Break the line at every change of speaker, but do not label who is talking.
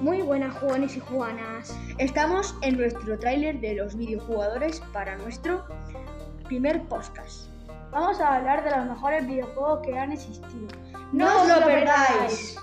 Muy buenas jugones y juganas.
Estamos en nuestro tráiler de los videojugadores para nuestro primer podcast.
Vamos a hablar de los mejores videojuegos que han existido.
¡No os lo perdáis!